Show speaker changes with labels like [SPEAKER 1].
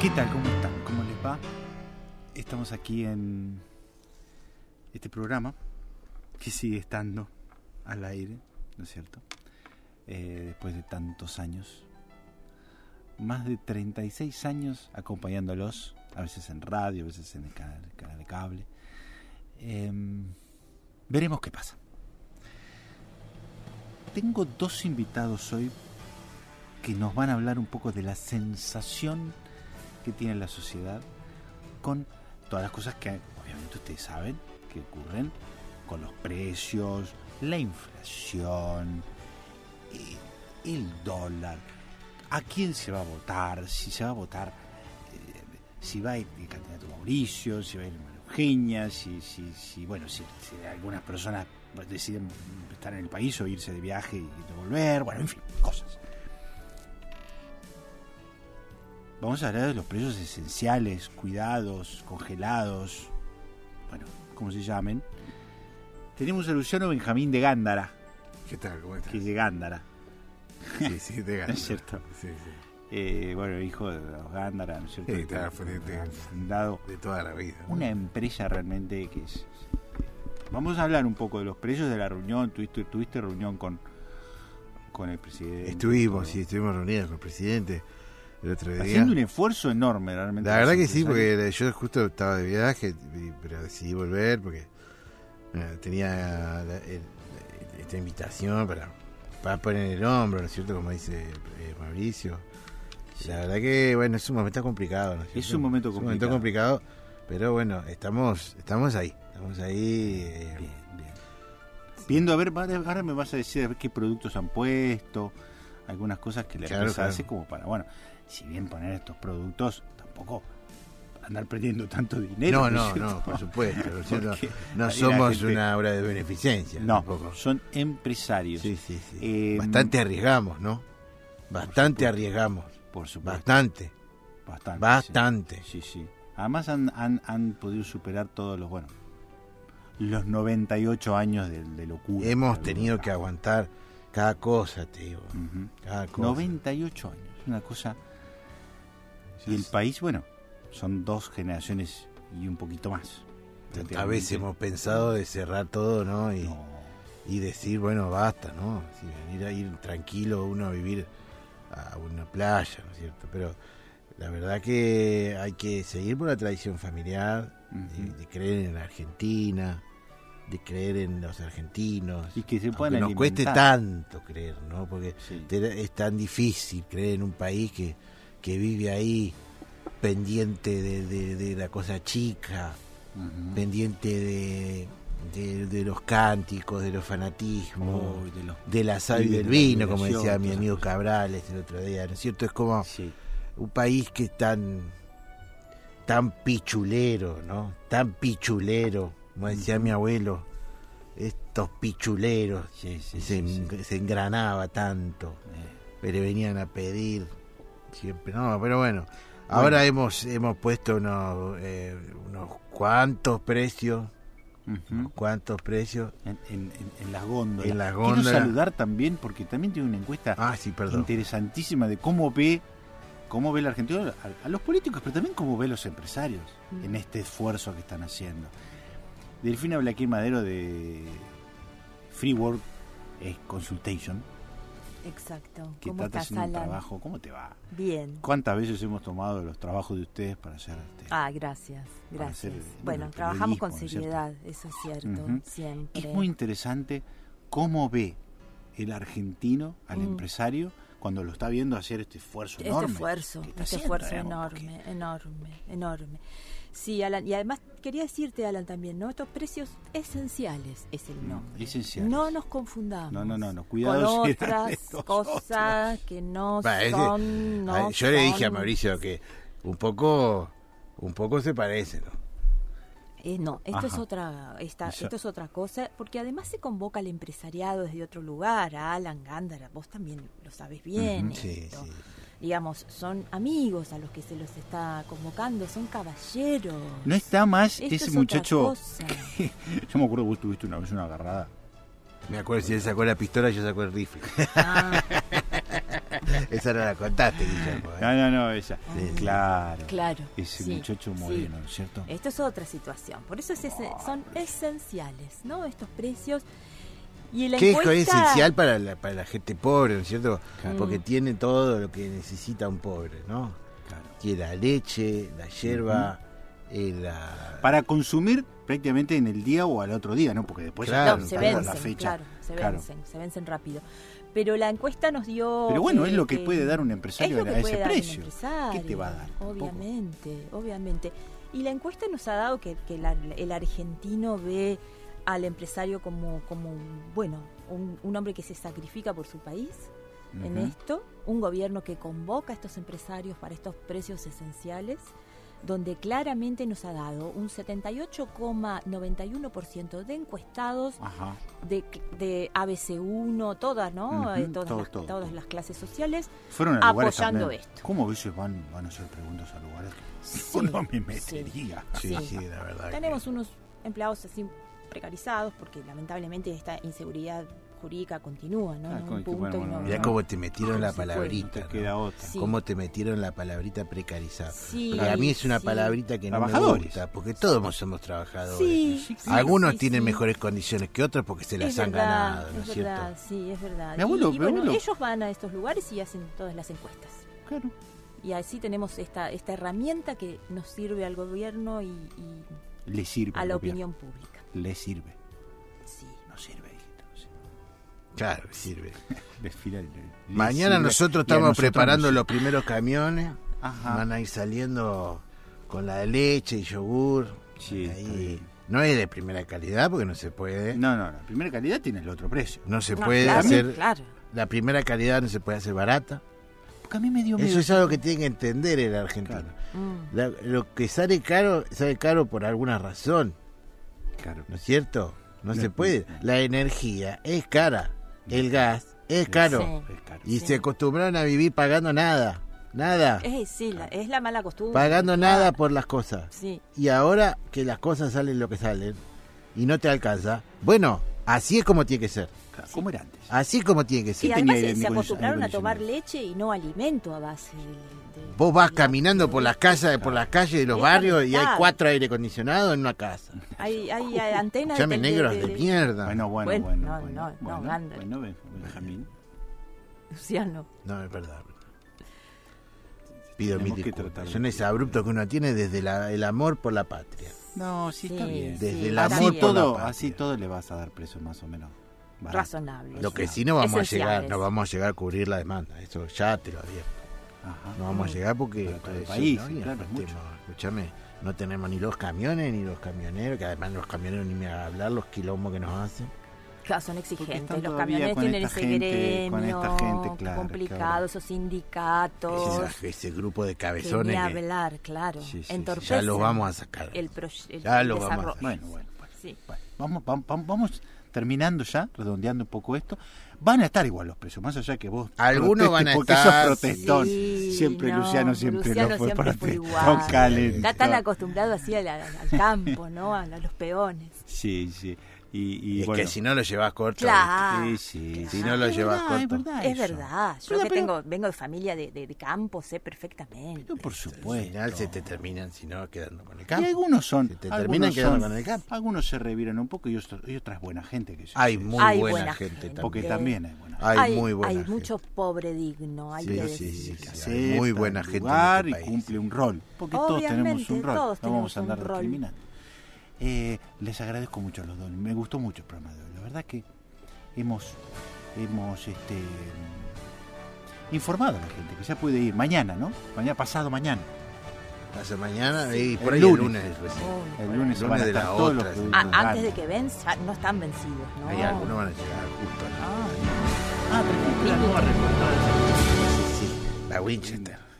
[SPEAKER 1] ¿Qué tal? ¿Cómo están? ¿Cómo les va? Estamos aquí en este programa que sigue estando al aire, ¿no es cierto? Eh, después de tantos años. Más de 36 años acompañándolos, a veces en radio, a veces en el canal, canal de cable. Eh, veremos qué pasa. Tengo dos invitados hoy que nos van a hablar un poco de la sensación que tiene la sociedad con todas las cosas que obviamente ustedes saben que ocurren con los precios, la inflación, eh, el dólar, a quién se va a votar, si se va a votar, eh, si va a ir el candidato Mauricio, si va a ir María Eugenia, si, si, si, bueno, si, si algunas personas deciden estar en el país o irse de viaje y devolver, bueno, en fin, cosas. Vamos a hablar de los precios esenciales, cuidados, congelados, bueno, como se llamen. Tenemos a Luciano Benjamín de Gándara,
[SPEAKER 2] ¿Qué tal? ¿Cómo estás?
[SPEAKER 1] que es de Gándara,
[SPEAKER 2] Sí, sí, de ganas.
[SPEAKER 1] ¿no es cierto?
[SPEAKER 2] Sí, sí.
[SPEAKER 1] Eh, bueno, hijo de los Gándara, ¿no es cierto?
[SPEAKER 2] Sí, está, fue de- de-
[SPEAKER 1] Han fundado
[SPEAKER 2] De toda la vida. ¿no?
[SPEAKER 1] una empresa realmente que es... Vamos a hablar un poco de los precios de la reunión, tuviste, tuviste reunión con, con el presidente.
[SPEAKER 2] Estuvimos, sí, estuvimos reunidos con el presidente el otro día.
[SPEAKER 1] Haciendo un esfuerzo enorme realmente.
[SPEAKER 2] La verdad que sí,
[SPEAKER 1] Empresario.
[SPEAKER 2] porque yo justo estaba de viaje, y- pero decidí volver porque eh, tenía la- el- el- esta invitación para, para poner el hombro, ¿no es cierto? Como dice eh, Mauricio. La verdad que, bueno, es un momento complicado, ¿no es cierto?
[SPEAKER 1] un momento
[SPEAKER 2] momento complicado, pero bueno, estamos, estamos ahí. Estamos ahí. eh,
[SPEAKER 1] Bien, bien. Viendo, a ver, va- ahora me vas a decir a ver qué productos han puesto, algunas cosas que la
[SPEAKER 2] Claro,
[SPEAKER 1] empresa
[SPEAKER 2] claro.
[SPEAKER 1] hace como para, bueno, si bien poner estos productos, tampoco andar perdiendo tanto dinero. ¿no
[SPEAKER 2] No, no,
[SPEAKER 1] es
[SPEAKER 2] no,
[SPEAKER 1] cierto?
[SPEAKER 2] por supuesto. ¿no es cierto?
[SPEAKER 1] Porque ahí
[SPEAKER 2] No
[SPEAKER 1] la
[SPEAKER 2] somos
[SPEAKER 1] gente-
[SPEAKER 2] una obra de beneficencia.
[SPEAKER 1] No,
[SPEAKER 2] Tampoco.
[SPEAKER 1] son empresarios,
[SPEAKER 2] Sí, sí, sí.
[SPEAKER 1] Eh,
[SPEAKER 2] Bastante arriesgamos, ¿no? Bastante
[SPEAKER 1] supuesto.
[SPEAKER 2] arriesgamos.
[SPEAKER 1] por supuesto.
[SPEAKER 2] Bastante,
[SPEAKER 1] Bastante.
[SPEAKER 2] bastante.
[SPEAKER 1] Sí, sí. sí. Además han, han, han podido superar todos los, bueno, los 98 años de, de locura.
[SPEAKER 2] Hemos
[SPEAKER 1] de
[SPEAKER 2] tenido
[SPEAKER 1] locura.
[SPEAKER 2] que aguantar cada cosa, te digo.
[SPEAKER 1] Ujú.
[SPEAKER 2] Cada cosa.
[SPEAKER 1] 98 años, una cosa. Y el país, bueno, son dos generaciones y un poquito más.
[SPEAKER 2] A veces hemos pensado de cerrar todo, ¿no? Y,
[SPEAKER 1] No,
[SPEAKER 2] y decir, bueno, basta, ¿no? Si venir a ir tranquilo uno a vivir a una playa, ¿no es cierto? Pero la verdad que hay que seguir por la tradición familiar, de,
[SPEAKER 1] ujú.
[SPEAKER 2] de creer en la Argentina, de creer en los argentinos.
[SPEAKER 1] Y que se
[SPEAKER 2] Aunque
[SPEAKER 1] puedan
[SPEAKER 2] nos
[SPEAKER 1] alimentar.
[SPEAKER 2] cueste tanto creer, ¿no? Porque
[SPEAKER 1] Sí.
[SPEAKER 2] te- es tan difícil creer en un país que, que vive ahí pendiente de, de- de la cosa chica,
[SPEAKER 1] Ujú.
[SPEAKER 2] pendiente de, de- de los cánticos, de los fanatismos,
[SPEAKER 1] Uy, de los-
[SPEAKER 2] del asado
[SPEAKER 1] y
[SPEAKER 2] y
[SPEAKER 1] de
[SPEAKER 2] del
[SPEAKER 1] la
[SPEAKER 2] vino, como
[SPEAKER 1] liberación,
[SPEAKER 2] decía mi
[SPEAKER 1] todas
[SPEAKER 2] amigo
[SPEAKER 1] esas cosas.
[SPEAKER 2] Cabrales el otro día, ¿no es cierto? Es como
[SPEAKER 1] Sí,
[SPEAKER 2] un país que es tan, tan pichulero, ¿no? Tan pichulero, como decía mi abuelo, estos pichuleros
[SPEAKER 1] sí, sí,
[SPEAKER 2] se,
[SPEAKER 1] sí, sí.
[SPEAKER 2] en- se engranaba tanto,
[SPEAKER 1] Eh,
[SPEAKER 2] le venían a pedir siempre, no, pero bueno, ahora hemos hemos puesto unos, eh, unos cuantos precios,
[SPEAKER 1] ujú.
[SPEAKER 2] unos cuantos precios.
[SPEAKER 1] en, en- en- en las góndolas.
[SPEAKER 2] En las
[SPEAKER 1] Quiero
[SPEAKER 2] góndolas.
[SPEAKER 1] saludar también, porque también tiene una encuesta
[SPEAKER 2] Ah, sí, perdón.
[SPEAKER 1] interesantísima de cómo ve cómo ve el argentino a, a los políticos, pero también cómo ve a los empresarios
[SPEAKER 3] Mm.
[SPEAKER 1] en este esfuerzo que están haciendo. Delfina Blaquier Madero de Free World eh, Consultation,
[SPEAKER 3] Exacto.
[SPEAKER 1] que
[SPEAKER 3] ¿Cómo
[SPEAKER 1] trata
[SPEAKER 3] estás,
[SPEAKER 1] haciendo un
[SPEAKER 3] Alan?
[SPEAKER 1] trabajo. ¿Cómo te va?
[SPEAKER 3] Bien.
[SPEAKER 1] ¿Cuántas veces hemos tomado los trabajos de ustedes para hacer este?
[SPEAKER 3] Ah, gracias,
[SPEAKER 1] Para hacer,
[SPEAKER 3] gracias.
[SPEAKER 1] bueno,
[SPEAKER 3] bueno,
[SPEAKER 1] el periodismo,
[SPEAKER 3] trabajamos con
[SPEAKER 1] ¿no es cierto?
[SPEAKER 3] seriedad, eso es cierto,
[SPEAKER 1] Ujú.
[SPEAKER 3] siempre.
[SPEAKER 1] Es muy interesante cómo ve el argentino al
[SPEAKER 3] Mm.
[SPEAKER 1] empresario cuando lo está viendo hacer este esfuerzo
[SPEAKER 3] este
[SPEAKER 1] enorme.
[SPEAKER 3] esfuerzo,
[SPEAKER 1] que
[SPEAKER 3] este
[SPEAKER 1] está haciendo,
[SPEAKER 3] esfuerzo
[SPEAKER 1] digamos, porque-
[SPEAKER 3] enorme, enorme, enorme. Sí, Alan, y además quería decirte, Alan, también, ¿no? Estos precios esenciales es el
[SPEAKER 1] Mm,
[SPEAKER 3] nombre.
[SPEAKER 1] esenciales.
[SPEAKER 3] No nos confundamos.
[SPEAKER 1] No, no, no, no, cuidado
[SPEAKER 3] Con
[SPEAKER 1] si
[SPEAKER 3] otras
[SPEAKER 1] eran de
[SPEAKER 3] cosas que no
[SPEAKER 2] Va, ese-
[SPEAKER 3] son.
[SPEAKER 2] Ah,
[SPEAKER 3] no
[SPEAKER 2] Yo le dije a
[SPEAKER 3] son-
[SPEAKER 2] Mauricio que un poco un poco se parece, ¿no?
[SPEAKER 3] Eh, no, esto es
[SPEAKER 1] Ajá.
[SPEAKER 3] otra, esta-
[SPEAKER 1] Eso.
[SPEAKER 3] esto es otra cosa, porque además se convoca al empresariado desde otro lugar, a Alan Gándara, vos también lo sabes bien.
[SPEAKER 1] Ujú,
[SPEAKER 2] Sí,
[SPEAKER 3] esto.
[SPEAKER 2] sí.
[SPEAKER 3] Digamos, son amigos a los que se los está convocando, son caballeros.
[SPEAKER 1] No está más
[SPEAKER 3] Esto
[SPEAKER 1] ese
[SPEAKER 3] es otra
[SPEAKER 1] muchacho.
[SPEAKER 3] cosa.
[SPEAKER 1] Yo me acuerdo que vos tuviste una vez una agarrada.
[SPEAKER 2] Me acuerdo si él sacó la pistola, yo sacó el rifle.
[SPEAKER 3] Ah,
[SPEAKER 2] Esa no la contaste, Guillermo. ¿eh?
[SPEAKER 1] No, no, no, ella.
[SPEAKER 2] Sí, sí.
[SPEAKER 1] Claro.
[SPEAKER 3] Claro.
[SPEAKER 1] Ese
[SPEAKER 3] sí,
[SPEAKER 1] muchacho
[SPEAKER 3] sí.
[SPEAKER 1] moreno, ¿no es ¿cierto?
[SPEAKER 3] Esto es otra situación. Por eso es ese- son esenciales, ¿no? Estos precios. Y la
[SPEAKER 2] Que es
[SPEAKER 3] encuesta-
[SPEAKER 2] esencial para la, para la gente pobre, ¿no es cierto?
[SPEAKER 3] Claro.
[SPEAKER 2] Porque
[SPEAKER 3] Mm.
[SPEAKER 2] tiene todo lo que necesita un pobre, ¿no?
[SPEAKER 1] Claro.
[SPEAKER 2] Tiene la leche, la hierba, eh, la...
[SPEAKER 1] Para consumir prácticamente en el día o al otro día, ¿no? Porque después ya
[SPEAKER 2] Claro,
[SPEAKER 3] no, se
[SPEAKER 1] está por la
[SPEAKER 3] vencen,
[SPEAKER 1] fecha.
[SPEAKER 3] claro, se
[SPEAKER 1] Claro.
[SPEAKER 3] vencen, se vencen rápido. Pero la encuesta nos dio... eh,
[SPEAKER 1] Pero bueno, es lo que puede dar un empresario
[SPEAKER 3] es lo que
[SPEAKER 1] a
[SPEAKER 3] puede
[SPEAKER 1] ese
[SPEAKER 3] dar un
[SPEAKER 1] precio. ¿Qué
[SPEAKER 3] empresario,
[SPEAKER 1] te va a dar? Tampoco.
[SPEAKER 3] Obviamente, obviamente. Y la encuesta nos ha dado que, que la- el argentino ve al empresario como, como bueno, un, un hombre que se sacrifica por su país en
[SPEAKER 1] Ujú.
[SPEAKER 3] esto, un gobierno que convoca a estos empresarios para estos precios esenciales, donde claramente nos ha dado un 78,91% de encuestados
[SPEAKER 1] Ajá.
[SPEAKER 3] de, de ABC1, todas, ¿no?
[SPEAKER 1] Ujú,
[SPEAKER 3] Eh, todas,
[SPEAKER 1] todo,
[SPEAKER 3] las,
[SPEAKER 1] todo.
[SPEAKER 3] todas las clases sociales.
[SPEAKER 1] Fueron a lugares
[SPEAKER 3] Apoyando
[SPEAKER 1] también.
[SPEAKER 3] esto.
[SPEAKER 1] ¿Cómo a veces van, van a hacer preguntas a lugares que
[SPEAKER 3] Sí,
[SPEAKER 1] yo no me
[SPEAKER 3] sí.
[SPEAKER 1] metería?
[SPEAKER 2] Sí,
[SPEAKER 3] Sí.
[SPEAKER 2] sí, la verdad. que-
[SPEAKER 3] Tenemos unos empleados así precarizados porque lamentablemente esta inseguridad jurídica continúa, ¿no?
[SPEAKER 1] Ah,
[SPEAKER 3] En
[SPEAKER 1] con-
[SPEAKER 3] un punto y
[SPEAKER 1] bueno,
[SPEAKER 3] no-
[SPEAKER 1] bueno,
[SPEAKER 2] Mirá
[SPEAKER 1] no.
[SPEAKER 2] cómo te metieron la
[SPEAKER 3] No se puede, no
[SPEAKER 1] No te
[SPEAKER 2] palabrita.
[SPEAKER 1] queda
[SPEAKER 2] ¿no?
[SPEAKER 1] otra.
[SPEAKER 3] Sí.
[SPEAKER 2] Cómo te metieron la palabrita precarizada.
[SPEAKER 3] Sí,
[SPEAKER 2] Porque a mí es una
[SPEAKER 3] sí.
[SPEAKER 2] palabrita que no me
[SPEAKER 1] Trabajadores.
[SPEAKER 2] gusta, porque todos somos trabajadores.
[SPEAKER 3] Sí, sí,
[SPEAKER 2] Algunos
[SPEAKER 3] sí,
[SPEAKER 2] tienen
[SPEAKER 3] sí.
[SPEAKER 2] mejores condiciones que otros porque se las
[SPEAKER 3] Es
[SPEAKER 2] han
[SPEAKER 3] verdad,
[SPEAKER 2] ganado, ¿no
[SPEAKER 3] es
[SPEAKER 2] es cierto?
[SPEAKER 3] verdad, sí, es verdad.
[SPEAKER 1] Mi abuelo-
[SPEAKER 3] y,
[SPEAKER 1] mi
[SPEAKER 3] y bueno,
[SPEAKER 1] abuelo-
[SPEAKER 3] ellos van a estos lugares y hacen todas las encuestas.
[SPEAKER 1] Claro.
[SPEAKER 3] Y así tenemos esta, esta herramienta que nos sirve al gobierno y, y
[SPEAKER 1] Le sirve.
[SPEAKER 3] a
[SPEAKER 1] al
[SPEAKER 3] la
[SPEAKER 1] gobierno.
[SPEAKER 3] opinión pública.
[SPEAKER 1] Le sirve.
[SPEAKER 3] Sí.
[SPEAKER 1] No sirve, hijita, no sirve.
[SPEAKER 2] Claro, sirve.
[SPEAKER 1] Le fila- le- le
[SPEAKER 2] Mañana
[SPEAKER 1] sirve.
[SPEAKER 2] nosotros
[SPEAKER 1] Y a
[SPEAKER 2] estamos
[SPEAKER 1] nosotros
[SPEAKER 2] preparando
[SPEAKER 1] nos-
[SPEAKER 2] los primeros camiones.
[SPEAKER 1] Ajá.
[SPEAKER 2] Van a ir saliendo con la de leche y yogur.
[SPEAKER 1] Sí, está
[SPEAKER 2] Ahí.
[SPEAKER 1] bien.
[SPEAKER 2] No es de primera calidad porque no se puede. No,
[SPEAKER 1] No, no, la primera calidad tiene el otro precio.
[SPEAKER 2] se
[SPEAKER 3] No,
[SPEAKER 2] puede
[SPEAKER 3] claro,
[SPEAKER 2] hacer.
[SPEAKER 3] claro.
[SPEAKER 2] La primera calidad no se puede hacer barata.
[SPEAKER 1] Porque a mí me dio miedo.
[SPEAKER 2] Eso es algo que tiene que entender el argentino.
[SPEAKER 3] Mm.
[SPEAKER 2] La- lo que sale caro, sale caro por alguna razón,
[SPEAKER 1] Claro.
[SPEAKER 2] ¿no es cierto? No
[SPEAKER 1] No,
[SPEAKER 2] se puede.
[SPEAKER 1] no.
[SPEAKER 2] La energía es cara, el gas es caro.
[SPEAKER 3] Sí.
[SPEAKER 1] Es caro.
[SPEAKER 2] Y
[SPEAKER 3] Sí.
[SPEAKER 2] se acostumbraron a vivir pagando nada, nada,
[SPEAKER 3] Es, sí, la- es la mala costumbre.
[SPEAKER 2] pagando nada
[SPEAKER 3] claro.
[SPEAKER 2] por las cosas.
[SPEAKER 3] Sí.
[SPEAKER 2] Y ahora que las cosas salen lo que salen y no te alcanza, bueno, así es como tiene que ser,
[SPEAKER 1] Claro, ¿Cómo era antes?
[SPEAKER 2] así es como tiene que ser.
[SPEAKER 3] Y
[SPEAKER 1] tenía
[SPEAKER 3] además
[SPEAKER 1] aire
[SPEAKER 3] se, se
[SPEAKER 1] acondicionado-
[SPEAKER 3] acostumbraron a tomar
[SPEAKER 1] acondicionado?
[SPEAKER 3] leche y no alimento a base de... de-
[SPEAKER 2] Vos vas
[SPEAKER 3] de-
[SPEAKER 2] caminando por las casas, por las calles de los
[SPEAKER 3] Es
[SPEAKER 2] barrios y hay
[SPEAKER 3] lamentable.
[SPEAKER 2] cuatro aire acondicionado en una casa.
[SPEAKER 3] Hay, hay eh, antenas...
[SPEAKER 2] Llame negros de
[SPEAKER 3] de
[SPEAKER 2] mierda.
[SPEAKER 1] Bueno, bueno, bueno.
[SPEAKER 3] Bueno, no,
[SPEAKER 1] bueno,
[SPEAKER 3] no, no,
[SPEAKER 1] bueno,
[SPEAKER 3] Gander.
[SPEAKER 1] bueno, Ben- Benjamín.
[SPEAKER 3] Luciano.
[SPEAKER 2] No, es verdad. Pido mil
[SPEAKER 1] Tenemos que
[SPEAKER 2] disculpas.
[SPEAKER 1] tratarlo.
[SPEAKER 2] Son ese abrupto que uno tiene desde la- el amor por la patria.
[SPEAKER 1] No, sí, está
[SPEAKER 3] Sí,
[SPEAKER 1] bien.
[SPEAKER 2] Desde
[SPEAKER 3] sí,
[SPEAKER 2] el
[SPEAKER 3] está
[SPEAKER 2] amor
[SPEAKER 1] así
[SPEAKER 3] bien.
[SPEAKER 2] por la
[SPEAKER 1] todo,
[SPEAKER 2] patria.
[SPEAKER 1] así todo le vas a dar precio más o menos. barato.
[SPEAKER 3] Razonable.
[SPEAKER 2] Lo que
[SPEAKER 1] Esenciales.
[SPEAKER 2] sí no vamos a llegar,
[SPEAKER 3] Esenciales.
[SPEAKER 2] no vamos a llegar a cubrir la demanda. Eso ya te lo advierto.
[SPEAKER 1] Ajá.
[SPEAKER 2] No vamos a llegar porque
[SPEAKER 1] Para todo Mm. el
[SPEAKER 2] eso,
[SPEAKER 1] país,
[SPEAKER 2] ¿no?
[SPEAKER 1] sí,
[SPEAKER 2] Y
[SPEAKER 1] claro, es
[SPEAKER 2] aparte,
[SPEAKER 1] mucho.
[SPEAKER 2] no, escúchame, no tenemos ni los camiones ni los camioneros, que además los camioneros ni me van a hablar los quilombos que nos hacen.
[SPEAKER 3] Claro, son
[SPEAKER 1] Porque
[SPEAKER 3] exigentes.
[SPEAKER 1] están
[SPEAKER 3] Los
[SPEAKER 1] todavía
[SPEAKER 3] camioneros
[SPEAKER 1] con
[SPEAKER 3] tienen
[SPEAKER 1] esta
[SPEAKER 3] ese
[SPEAKER 1] gente-
[SPEAKER 3] gremio
[SPEAKER 1] con esta gente, claro,
[SPEAKER 3] complicado,
[SPEAKER 1] claro.
[SPEAKER 3] esos sindicatos.
[SPEAKER 2] Ese, ese grupo de
[SPEAKER 3] que
[SPEAKER 2] cabezones
[SPEAKER 3] ni
[SPEAKER 2] que
[SPEAKER 3] hablar, claro.
[SPEAKER 1] Sí, sí, sí.
[SPEAKER 3] entorpecen
[SPEAKER 2] ya los vamos a sacar.
[SPEAKER 3] el, proye- el
[SPEAKER 2] Ya lo vamos a
[SPEAKER 3] desarrollo.
[SPEAKER 2] hacer.
[SPEAKER 1] Bueno, bueno, bueno.
[SPEAKER 3] Sí.
[SPEAKER 1] Bueno, vamos, vam- vam- vamos, terminando ya, redondeando un poco esto. Van a estar igual los precios, más allá que vos.
[SPEAKER 2] Algunos
[SPEAKER 1] protestes,
[SPEAKER 2] van a
[SPEAKER 1] porque
[SPEAKER 2] estar,
[SPEAKER 1] sos protestón.
[SPEAKER 3] sí,
[SPEAKER 1] siempre
[SPEAKER 3] no,
[SPEAKER 1] Luciano siempre
[SPEAKER 3] Luciano
[SPEAKER 1] lo fue
[SPEAKER 3] siempre fue
[SPEAKER 1] protestón,
[SPEAKER 3] igual.
[SPEAKER 1] calentón.
[SPEAKER 3] Está tan acostumbrado así al, al- al campo, ¿no? A, a los peones.
[SPEAKER 1] Sí, sí. Y, y
[SPEAKER 2] es
[SPEAKER 1] bueno.
[SPEAKER 2] que si no lo llevas corto,
[SPEAKER 3] Claro.
[SPEAKER 1] Sí, sí,
[SPEAKER 2] Si
[SPEAKER 1] sí.
[SPEAKER 2] no lo
[SPEAKER 1] Es
[SPEAKER 2] llevas
[SPEAKER 1] verdad,
[SPEAKER 2] corto.
[SPEAKER 1] Es verdad.
[SPEAKER 3] Es
[SPEAKER 1] Ah, eso.
[SPEAKER 3] verdad. Yo
[SPEAKER 1] Pero-
[SPEAKER 3] que
[SPEAKER 1] pero-
[SPEAKER 3] tengo, vengo de familia de, de, de campo, sé perfectamente.
[SPEAKER 1] Pero por
[SPEAKER 2] Al
[SPEAKER 1] supuesto.
[SPEAKER 2] final se te terminan, si no, quedando con el
[SPEAKER 1] Y
[SPEAKER 2] campo.
[SPEAKER 1] algunos son.
[SPEAKER 2] Se te
[SPEAKER 1] algunos
[SPEAKER 2] terminan quedando
[SPEAKER 1] son-
[SPEAKER 2] con el campo.
[SPEAKER 1] Algunos se reviran un poco y, otros, y otras buena gente que se-
[SPEAKER 2] Hay
[SPEAKER 1] se-
[SPEAKER 2] muy
[SPEAKER 3] Hay
[SPEAKER 2] buena,
[SPEAKER 3] buena
[SPEAKER 2] gente
[SPEAKER 3] gente.
[SPEAKER 2] también.
[SPEAKER 1] Porque también hay buena gente.
[SPEAKER 2] Hay, muy buena
[SPEAKER 3] hay
[SPEAKER 2] gente.
[SPEAKER 3] mucho pobre digno, hay
[SPEAKER 2] Sí,
[SPEAKER 3] que
[SPEAKER 2] sí,
[SPEAKER 3] decir.
[SPEAKER 2] sí,
[SPEAKER 1] que
[SPEAKER 2] sí, hay
[SPEAKER 1] acepta
[SPEAKER 2] muy
[SPEAKER 1] el
[SPEAKER 2] buena gente en
[SPEAKER 1] lugar
[SPEAKER 2] este
[SPEAKER 1] y
[SPEAKER 2] país.
[SPEAKER 1] cumple un rol. Porque todos
[SPEAKER 3] Obviamente,
[SPEAKER 1] tenemos un rol.
[SPEAKER 3] todos
[SPEAKER 1] no vamos
[SPEAKER 3] tenemos
[SPEAKER 1] a andar
[SPEAKER 3] un rol.
[SPEAKER 1] discriminando. Eh, les agradezco mucho a los dos. Me gustó mucho el programa de hoy. La verdad que hemos, hemos este, mm, informado a la gente que ya puede ir mañana, ¿no? Mañana, pasado mañana.
[SPEAKER 2] Pasa mañana y por
[SPEAKER 1] El
[SPEAKER 2] ahí el
[SPEAKER 1] lunes.
[SPEAKER 2] lunes. pues, sí.
[SPEAKER 3] Oh,
[SPEAKER 1] El lunes,
[SPEAKER 2] lunes
[SPEAKER 1] van a
[SPEAKER 2] de
[SPEAKER 1] estar
[SPEAKER 2] la
[SPEAKER 1] todos
[SPEAKER 2] otra,
[SPEAKER 1] los
[SPEAKER 2] sí.
[SPEAKER 1] productos
[SPEAKER 3] Ah, antes de
[SPEAKER 1] veganos.
[SPEAKER 3] que ven, ya no están vencidos, ¿no?
[SPEAKER 2] Hay algunos van a llegar justo. a la-
[SPEAKER 3] Ah.
[SPEAKER 1] Ah, pero la nueva reportada.
[SPEAKER 2] Sí, sí, la Winchester.